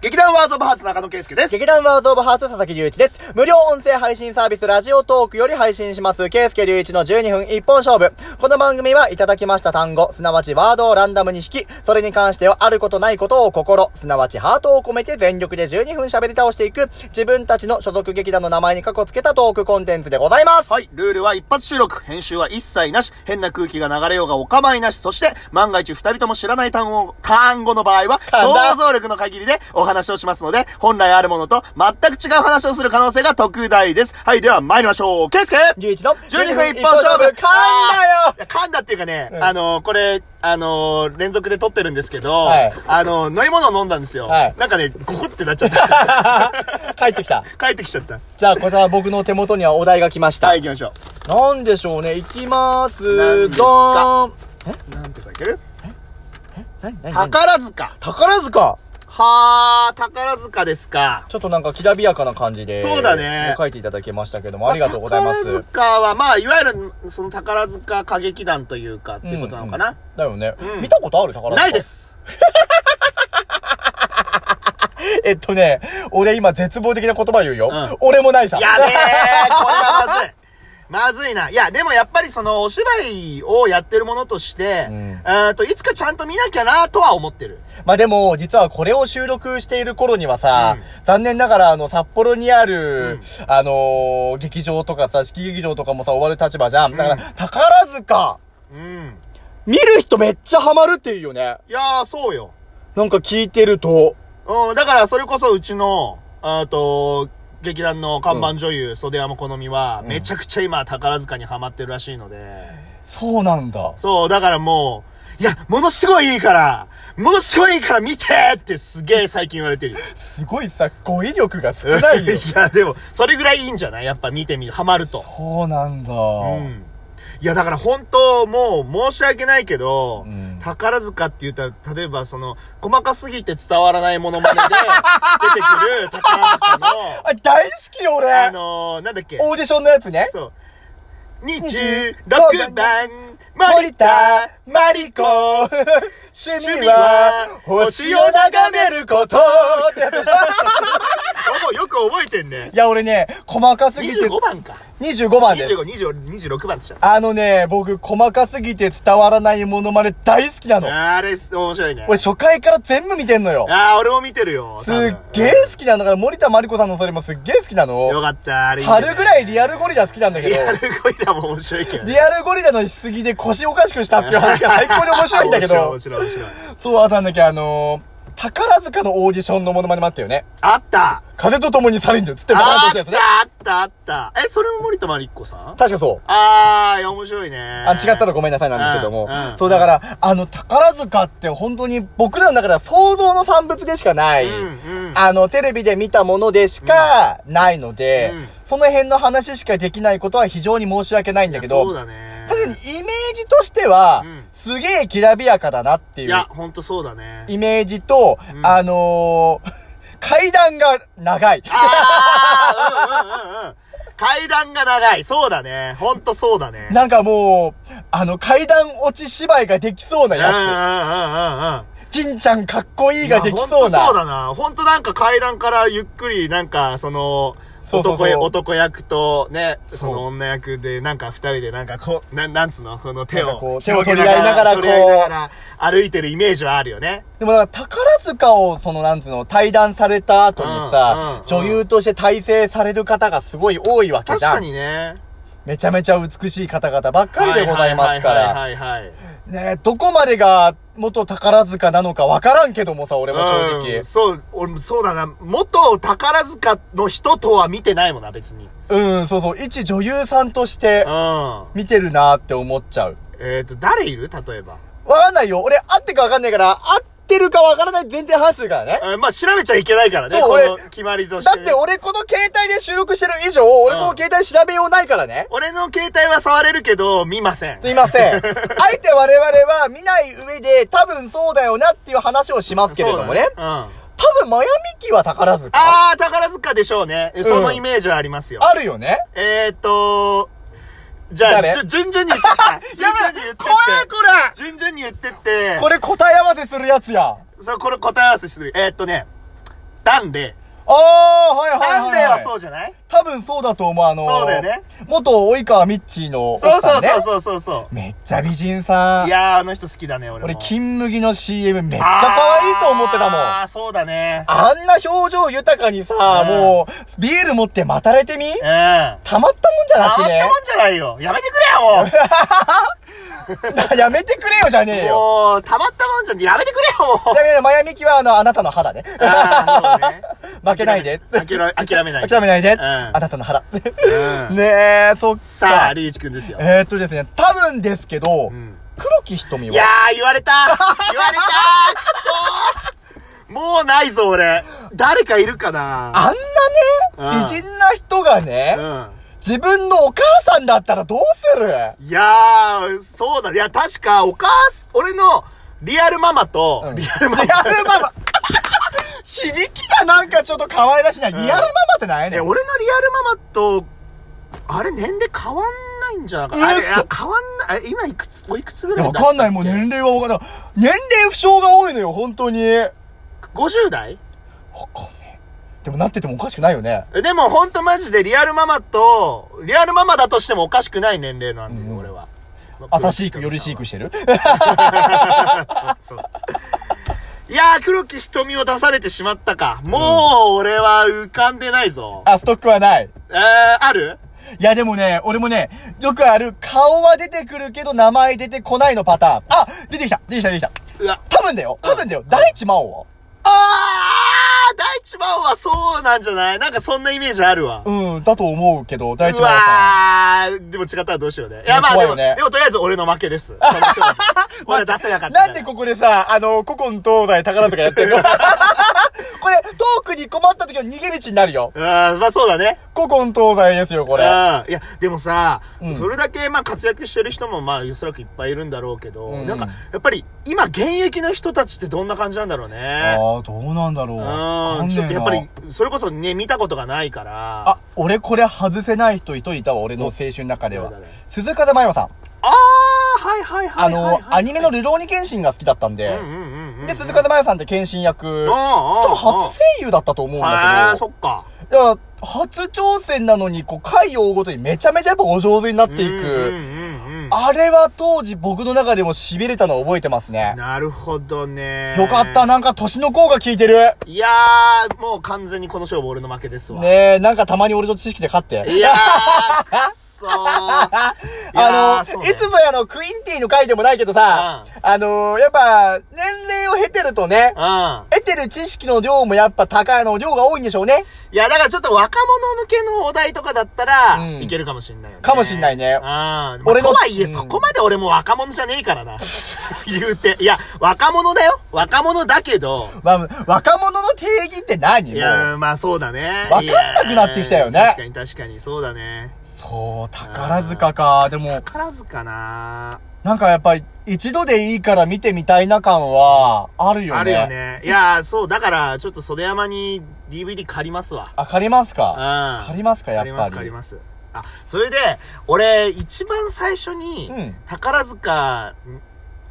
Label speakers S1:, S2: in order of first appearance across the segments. S1: 劇団ワーズオブハーツ中野圭介です。
S2: 劇団ワーズオブハーツ佐々木隆一です。無料音声配信サービスラジオトークより配信します、ケイスケ隆一の12分一本勝負。この番組はいただきました単語、すなわちワードをランダムに引き、それに関してはあることないことを心、すなわちハートを込めて全力で12分喋り倒していく、自分たちの所属劇団の名前に過去つけたトークコンテンツでございます。
S1: はい。ルールは一発収録。編集は一切なし。変な空気が流れようがお構いなし。そして、万が一二人とも知らない単語、単語の場合は、
S2: んだ
S1: 想像力の限りでお話をしますので、本来あるものと全く違う話をする可能性が特大です。はい。では参りましょう。圭介
S2: 隆一の
S1: 12分一本勝負
S2: 噛んだよ
S1: いや噛んだっていうかね、
S2: ん
S1: あのー、これ、あのー、連続で撮ってるんですけど、
S2: はい
S1: あのー、飲み物飲んだんですよ。
S2: はい
S1: なんかね、ゴコってなっちゃ った。
S2: 帰ってきた。
S1: 帰ってきちゃった。
S2: じゃあ、こちら僕の手元にはお題が来ました。
S1: はい、行きましょ
S2: なんでしょうね。行きま
S1: 何
S2: す。
S1: ですか
S2: どーん。
S1: う。なんて書いてる
S2: 何何何
S1: 宝塚。
S2: 宝塚
S1: はー、宝塚ですか。
S2: ちょっとなんかきらびやかな感じで。
S1: そうだね
S2: 書いていただきましたけども、ありがとうございま
S1: 宝
S2: す。
S1: 塚は、まあ、いわゆる、その宝塚歌劇団というか、っていうことなのかな、
S2: だよね
S1: う。ん
S2: 見たことある宝塚。
S1: ないで。す。
S2: えっとね、俺今絶望的な言葉言う
S1: うん
S2: よ。俺もないさ。
S1: やべえ、これはまずい。まずいな。いや、でもやっぱりその、お芝居をやってるものとして、
S2: う
S1: うんーんと、いつかちゃんと見なきゃなとは思ってる。
S2: まあでも、実はこれを収録している頃にはさ、
S1: う
S2: 残念ながら、あの、札幌にある
S1: ん、
S2: あのー劇場とかさ、式劇場とかもさ、終わる立場じゃん。だか
S1: うん
S2: ら、宝塚、
S1: うん。
S2: 見る人めっちゃハマるっていうよね。
S1: いやー、そうよ。
S2: なんか聞いてると。
S1: うん、だからそれこそうちの、あと、劇団の看板女優、袖山好みは、
S2: ん
S1: めちゃくちゃ今宝塚にハマってるらしいので、
S2: そうなんだ。
S1: そう、だからもう、いや、ものすごいいいから、ものすごいいいから見てってすげえ最近言われてるよ。
S2: すごいさ、語彙力が少ない よ。
S1: いや、でも、それぐらいいいんじゃないやっぱ見てみる、ハマると。
S2: そうなんだ。
S1: うん。いや、だから本当、もう申し訳ないけど、
S2: うん
S1: 宝塚って言ったら、例えばその、細かすぎて伝わらないものまねで、 出てくる宝塚 の、
S2: あ、大好きよ、俺
S1: あのー、なんだっけ
S2: オーディションのやつね。
S1: そう。26番、森田、
S2: マリコ趣味は、星を眺めること ってやつでしょ
S1: もうよく覚えてんね
S2: い。や、俺ね、細かすぎて、
S1: 25番か。
S2: 25番です。
S1: 25、20 26番でし
S2: あのね、僕、細かすぎて伝わらないものまで大好きなの。
S1: た。あれ、面白いね。
S2: 俺、初回から全部見てんのよ。
S1: ああ、俺も見てるよ。
S2: すっげえ好きなのだから、森田マリコさんのそれもすっげえ好きな
S1: 多分よ
S2: の。
S1: かった、あれいいね。
S2: 春ぐらいリアルゴリラ好きなんだけど
S1: リ、アルゴリラも面白いけどね。
S2: リアルゴリラのしすぎで腰おかしくしたっていう話が最高に面白いんだけど
S1: 面、白い、面白い。面白い
S2: そう、あとなんだっけ、あのー、宝塚のオーディションのモノマネもあったよね。
S1: あった
S2: 風と共に去れんだよ。つってバタン
S1: あ
S2: とした
S1: っ
S2: やつね。
S1: た、あった、あった。え、それも森田まりっこさん
S2: 確かそう。
S1: あー、いや面白いね。
S2: あ、
S1: あ
S2: 違ったらごめんなさいなんですけども
S1: うんう。ん
S2: そう、だから、あの、宝塚って本当に僕らの中では想像の産物でしかない。
S1: うんうん
S2: あの、テレビで見たものでしかないので、
S1: うん
S2: その辺の話しかできないことは非常に申し訳ないんだけ
S1: そう
S2: ど、
S1: だね。
S2: 確かにイメージとしては、
S1: うん
S2: すげえきらびやかだなってい
S1: いうや、ほんとそうだね。
S2: イメージと、
S1: うん
S2: あのー 階段が長い。
S1: あーうんうんうんうん。階段が長い。そうだね。ほんとそうだね。
S2: なんかもう、あの、階段落ち芝居ができそうな
S1: うんうんうんうん
S2: や
S1: うん。
S2: つ。金ちゃんかっこいいができ
S1: いや
S2: そ
S1: ほ
S2: うん
S1: とそう
S2: な。
S1: だな。ほんとなんか階段からゆっくり、なんか、その、
S2: そうそうそ
S1: 男
S2: う
S1: や、男役と、ね、
S2: う
S1: その女役で、なんか二人で、なんかこう、なん、なんつうの、この手
S2: なんかこ
S1: を
S2: う、手を
S1: 広げ取
S2: 取り
S1: り合
S2: 合い
S1: い
S2: な
S1: な
S2: が
S1: がら歩いてるイメージはあるよね。
S2: でもなんか宝塚をそのなんつうの、対談された後にさ、
S1: うんうんうん
S2: 女優として体制される方がすごい多いわけ
S1: 確
S2: じゃ
S1: か
S2: ん。
S1: にね。
S2: めちゃめちゃ美しい方々ばっかりでございますか
S1: は
S2: ら。
S1: いはいはいはいはい。
S2: ねえどこまでが元宝塚なのかわからんけどもさ、俺も正
S1: う
S2: 直
S1: ん、。そう、俺もそうだな。元宝塚の人とは見てないもんな、別に。うん。
S2: うん、そうそう、一女優さんとして 見てるなーって思っちゃう。
S1: えっ、と、誰いる例えば。
S2: わかんないよ。俺、合ってかわかんないから、合ってるかわからない前提半数からね。
S1: えーまあ、調べちゃいけないからね、
S2: そう
S1: この
S2: 俺
S1: 決まりとして
S2: だ
S1: ね、
S2: って俺この携帯で収録してる以上、俺この携帯調べようないからね。
S1: 俺の携帯は触れるけど、見ません。
S2: すいませ ん。あえて我々は見ない上で、多分そうだよなっていう話をしますけれどもね
S1: そう。だうん。
S2: 多分マヤミキは宝塚あ
S1: あー、宝塚でしょうね。えそのイメージはありますよ。
S2: るよね
S1: えーっと、じゃあ、
S2: 誰
S1: じゅ順々に言ってって。 順々に言ってって。
S2: れ
S1: 順々に言ってって。
S2: これ答え合わせするやつや。
S1: そう、これ答え合わせする。えーっとね、ダンレイ。
S2: ああ、はいはいはい、
S1: ダ
S2: はい。
S1: ンレイはそうじゃない
S2: 多分そうだと思う、あのー
S1: そうだよね。
S2: 元及川みっちーの、
S1: そうそうそう
S2: う。
S1: そうそうそ
S2: めっちゃ美人さ
S1: う。
S2: ん。
S1: いやー、あの人好きだね、俺も。
S2: 俺、金麦の CM めっちゃ可愛いと思ってたもん。
S1: あ
S2: あ
S1: ー、そうだね。
S2: んな表情豊かにさ、
S1: うん
S2: もう、ビール持って待たれてみ
S1: うん。変
S2: たまった
S1: わ
S2: もん
S1: っ
S2: じゃ
S1: た
S2: な
S1: もんじゃないよ。やめてくれ
S2: くてね。やめてくれよじゃねえ
S1: よ、
S2: よ。
S1: もう。もう、たまったもんじゃ、やめてくれよ、も
S2: ち
S1: う。
S2: なみに、マヤミキはあの、あなたの肌ね。
S1: あー そうね
S2: 負けないで。
S1: 諦め、諦めない。
S2: 諦めないで。
S1: ん
S2: あなたの肌。
S1: うん
S2: ねえ、そっか。
S1: さあ、リーチくんですよ。
S2: えー、っとですね、多分ですけど、
S1: ん
S2: 黒木瞳
S1: いや
S2: は、
S1: ー、言われた言われたくそーもうないぞ、俺。誰かいるかな
S2: あんなね、
S1: うん
S2: 美人な人がね、
S1: う
S2: 自分のお母さんだったらどうする
S1: ん。いやー、そうだね。いや、確か、お母す、俺の、リアルママと、
S2: うん
S1: リアルマ
S2: リ
S1: マ。
S2: アルママ響きがなんかちょっと可愛らしいな。リアルママってないね
S1: え、
S2: ん。
S1: 俺のリアルママと、あれ、年齢変わんないんじゃなかあれ、い
S2: 嘘
S1: や変わんない。え今いくつ、おいくつぐらいだ
S2: わ
S1: った
S2: かんない、もう年齢はわかんない。年齢不詳が多いのよ、本当に。わ
S1: 50代
S2: かんねえ。でもなっててもおかしくないよね。
S1: えでも、ほんとマジでリアルママと、リアルママだとしてもおかしくない年齢なんだよ、俺 は。
S2: 朝飼育、夜飼育してる。
S1: そう。いやー、黒木瞳を出されてしまったか。もう、俺は浮かんでないぞ。
S2: あ、ストックはない。
S1: えー、ある
S2: いやでもね、俺もね、よくある、顔は出てくるけど名前出てこないのパターン。あ出てきた出てきた出てきた
S1: うわ。
S2: 多分だよ多分だよ、大地真央は
S1: あー大地真央はそうなんじゃないなんかそんなイメージあるわ。
S2: うん、だと思うけど、大地
S1: う
S2: 真央さん。
S1: わー、でも違ったらどうしようね。いや、
S2: ね
S1: まあで
S2: 怖いよ
S1: も、
S2: ね
S1: でもとりあえず俺の負けです。この 勝負俺は出せなかったから。
S2: なんでここでさ、あの、古今東西宝とかや ってるのこれ、トークに困った時の逃げ道になるよ。
S1: あーまあそうだね。
S2: 古今東西ですよ、これ。
S1: うん。いや、でもさ、
S2: うん
S1: それだけ、まあ、活躍してる人も、まあ、おそらくいっぱいいるんだろうけど、
S2: うん
S1: なんか、やっぱり、今、現役の人たちってどんな感じなんだろう
S2: あ
S1: ね。
S2: ー、どうなんだろう。わか
S1: うんん。
S2: ねえ
S1: ちょっ
S2: な
S1: とやっぱり、それこそね、見たことがないから。
S2: あ、俺これ外せない人いといたわ、俺の青春の中では
S1: そうだね。
S2: 鈴風真世さん。
S1: あーはいはいは
S2: あ
S1: いはい、はい。
S2: の、アニメのルローニケンシンが好きだったんで。
S1: うんうんうんうん。
S2: で、鈴鹿真也さんって剣心役、
S1: うん、う
S2: 多
S1: ん
S2: 分初声優だったと思うん
S1: あ
S2: だ
S1: ー
S2: け
S1: そっか。
S2: ど、だから、初挑戦なのに、こう、回を追うごとにめちゃめちゃやっぱお上手になってい
S1: うん
S2: く。
S1: うんうんうん
S2: あれは当時僕の中でも痺れたのを覚えてますね。
S1: なるほどね。
S2: よかった、。なんか年の功が効いてる。
S1: いやー、もう完全にこの勝負俺の負けですわ。
S2: ねえ、なんかたまに俺の知識で勝って。
S1: いやー、くっそ ー。あ
S2: あの、いつぞやのクインティーの回でもないけどさ、あのー、やっぱ、年齢を経てるとね、
S1: うん。
S2: 得てる知識の量もやっぱ高いの、量が多いんでしょうね。
S1: いや、だからちょっと若者向けのお題とかだったら、
S2: うん
S1: いけるかもしんないよね。
S2: かもしんないね
S1: うん。まあ
S2: 俺の
S1: とはいえ、
S2: うん
S1: そこまで俺も若者じゃねえからな。 言うて。いや、若者だよ。若者だけど。
S2: まあ、若者の定義って何
S1: い
S2: もう
S1: やー、まあそうだね。
S2: わかんなくなってきたよね
S1: いやー確かに確かに、そうだね。
S2: そう、宝塚か。でも、
S1: 宝塚な
S2: なんかやっぱり、一度でいいから見てみたいな感は、あるよね。
S1: あるよ。ね。いやー、そう、だから、ちょっと袖山に DVD 借りますわ。
S2: あ、借りますか
S1: あ
S2: 借りますか、やっ
S1: 借りま
S2: ぱ
S1: す、借り
S2: り。
S1: ます。あ、それで、俺、一番最初に
S2: うん、
S1: 宝塚、ん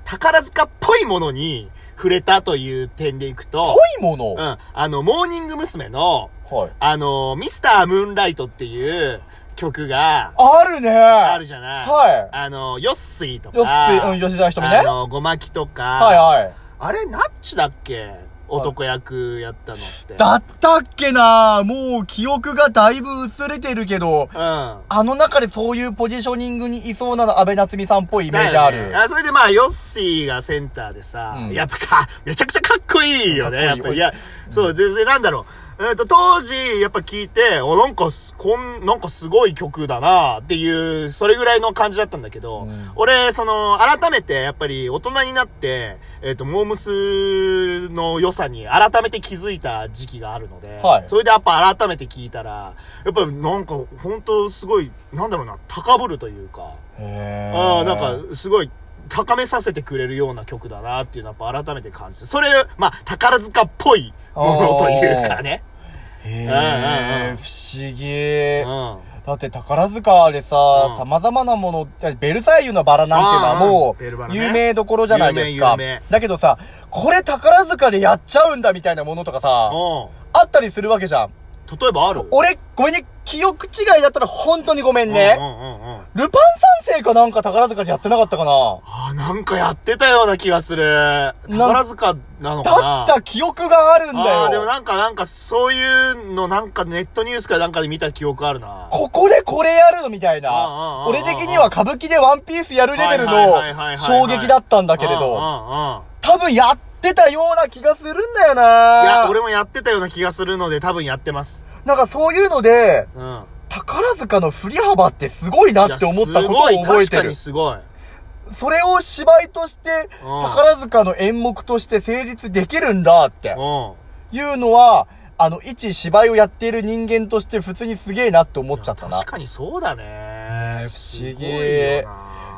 S1: 宝塚っぽいものに触れたという点でいくと、
S2: 濃いもの、
S1: うん、あの、モーニング娘。の、
S2: はい。
S1: あの、ミスタームーンライトっていう曲が
S2: あるね
S1: あるじゃない、
S2: は
S1: あの、ヨッスイとか、
S2: い。よっす、うん、吉田ひとみね。
S1: あ
S2: はい
S1: の、ゴマキとか、
S2: はい。
S1: あれ、ナッチだっけ男役やったのって。
S2: だったっけなもう記憶がだいぶ薄れてるけど、
S1: うん。
S2: あの中でそういうポジショニングにいそうなの安倍夏実さんっぽいイメージある。
S1: だよねあ、それでまあ、ヨッシーがセンターでさ、
S2: うん
S1: やっぱか、めちゃくちゃかっこいいよね、
S2: か
S1: や
S2: っ
S1: っ
S2: こ
S1: ぱ
S2: い
S1: り。
S2: い
S1: いや、そう、全然なんだろう。えっ、と、当時、やっぱ聞いて、お、なんかす、こん、なんかすごい曲だなっていう、それぐらいの感じだったんだけど、
S2: うん
S1: 俺、その、改めて、やっぱり、大人になって、えっ、と、モームスの良さに改めて気づいた時期があるので、
S2: はい
S1: それでやっぱ改めて聞いたら、やっぱりなんか、本当すごい、なんだろうな、高ぶるというか、
S2: へー
S1: ああ、なんか、すごい、高めさせてくれるような曲だなっていうのはやっぱ改めて感じて。それ、まあ、宝塚っぽいものというかね。う
S2: へ
S1: んうんう
S2: え、
S1: ん
S2: 不思議
S1: う。ん。
S2: だって宝塚でさ
S1: う、ん
S2: 様々なもの、ベルサイユのバラなんていうのはも
S1: うんうんベルバ
S2: う、
S1: ラね
S2: 有名どころじゃないですか
S1: 有名有名。
S2: だけどさ、これ宝塚でやっちゃうんだみたいなものとかさ、
S1: おう
S2: ああったりするわけじゃん。
S1: 例えばある
S2: 俺、ごめんね、記憶違いだったら本当にごめんね
S1: う。んうんうんうん。
S2: ルパン三世かなんか宝塚でやってなかったかな
S1: あ、なんかやってたような気がする。宝塚なのかな
S2: だった記憶があるんだ
S1: あーでも
S2: よ。
S1: なんかなんかそういうのなんかネットニュースかなんかで見た記憶あるな。
S2: ここでこれやるのみたい
S1: あああああ
S2: な。
S1: あ
S2: 俺的には歌舞伎でワンピースやるレベル
S1: はいはいはいはいはい
S2: の衝撃だったんだけれ
S1: うん
S2: ど、
S1: うんうん
S2: 多分やってたような気がするんだよ
S1: いや、
S2: な。
S1: 俺もやってたような気がするので多分やってます。
S2: なんかそういうので、
S1: うん。だ
S2: 宝塚の振り幅ってすごいなって思ったことを覚え
S1: 確
S2: て
S1: か
S2: る
S1: に。すごい。
S2: それを芝居として、
S1: うん
S2: 宝塚の演目として成立できるんだって
S1: う。ん。
S2: いうのは、あの、一芝居をやっている人間として普通にすげえなって思っちゃったな
S1: 確。かにそうだね
S2: え。不思議
S1: すごいよ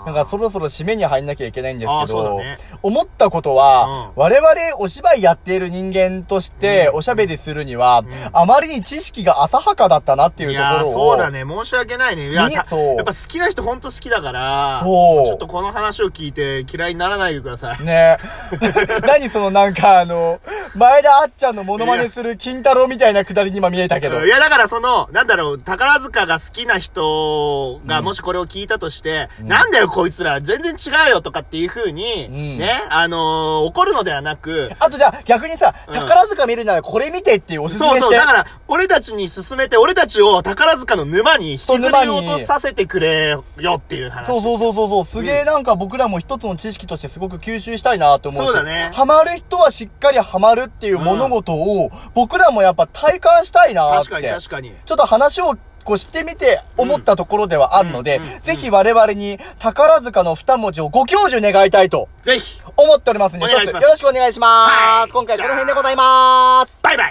S2: なんかそろそろ締めに入んなきゃいけないんです
S1: あ
S2: け
S1: ーそうだ
S2: ど、
S1: ね
S2: 思ったことは、
S1: う
S2: 我々お芝居やっている人間として
S1: うん
S2: おしゃべりするには、
S1: ん
S2: あまりに知識が浅はかだったなっていうところを。
S1: やーそうだね。申し訳ないね。いや、
S2: に
S1: た
S2: そう
S1: やっぱ好きな人ほんと好きだから、
S2: そう
S1: ちょっとこの話を聞いて嫌いにならないでください。
S2: ね 何そのなんかあの、前田あっちゃんのモノマネする金太郎みたいなくだりに今見えたけど
S1: うん。いや、だからその、なんだろう、宝塚が好きな人が、もしこれを聞いたとして、なんだよこいつら、全然違うよとかっていう風に、
S2: うん
S1: ね、あのー怒るのではなく、
S2: あとじゃあ逆にさ、
S1: うん
S2: 宝塚見るならこれ見てっていうおすす
S1: そう
S2: めし
S1: そう、
S2: て。
S1: だから、俺たちに進めて、俺たちを宝塚の沼に引きずり落とさせてくれよっていう話。
S2: そうそう
S1: う。
S2: そうそうそう。すげえなんか僕らも一つの知識としてすごく吸収したいなと思うし。
S1: そうだね
S2: ハマる人はしっかりハマるっていう物事を、僕らもやっぱ体感したいなって。
S1: 確かに確かに。
S2: ちょっと話をこうしてみて思ったところではあるので、
S1: うんうんうん
S2: ぜひ我々に宝塚の二文字をご教授願いたいと
S1: ぜひ、
S2: 思っておりますので、
S1: お願いします
S2: 一つよろしくお願いします。
S1: はい
S2: 今回この辺でございます。
S1: バイバイ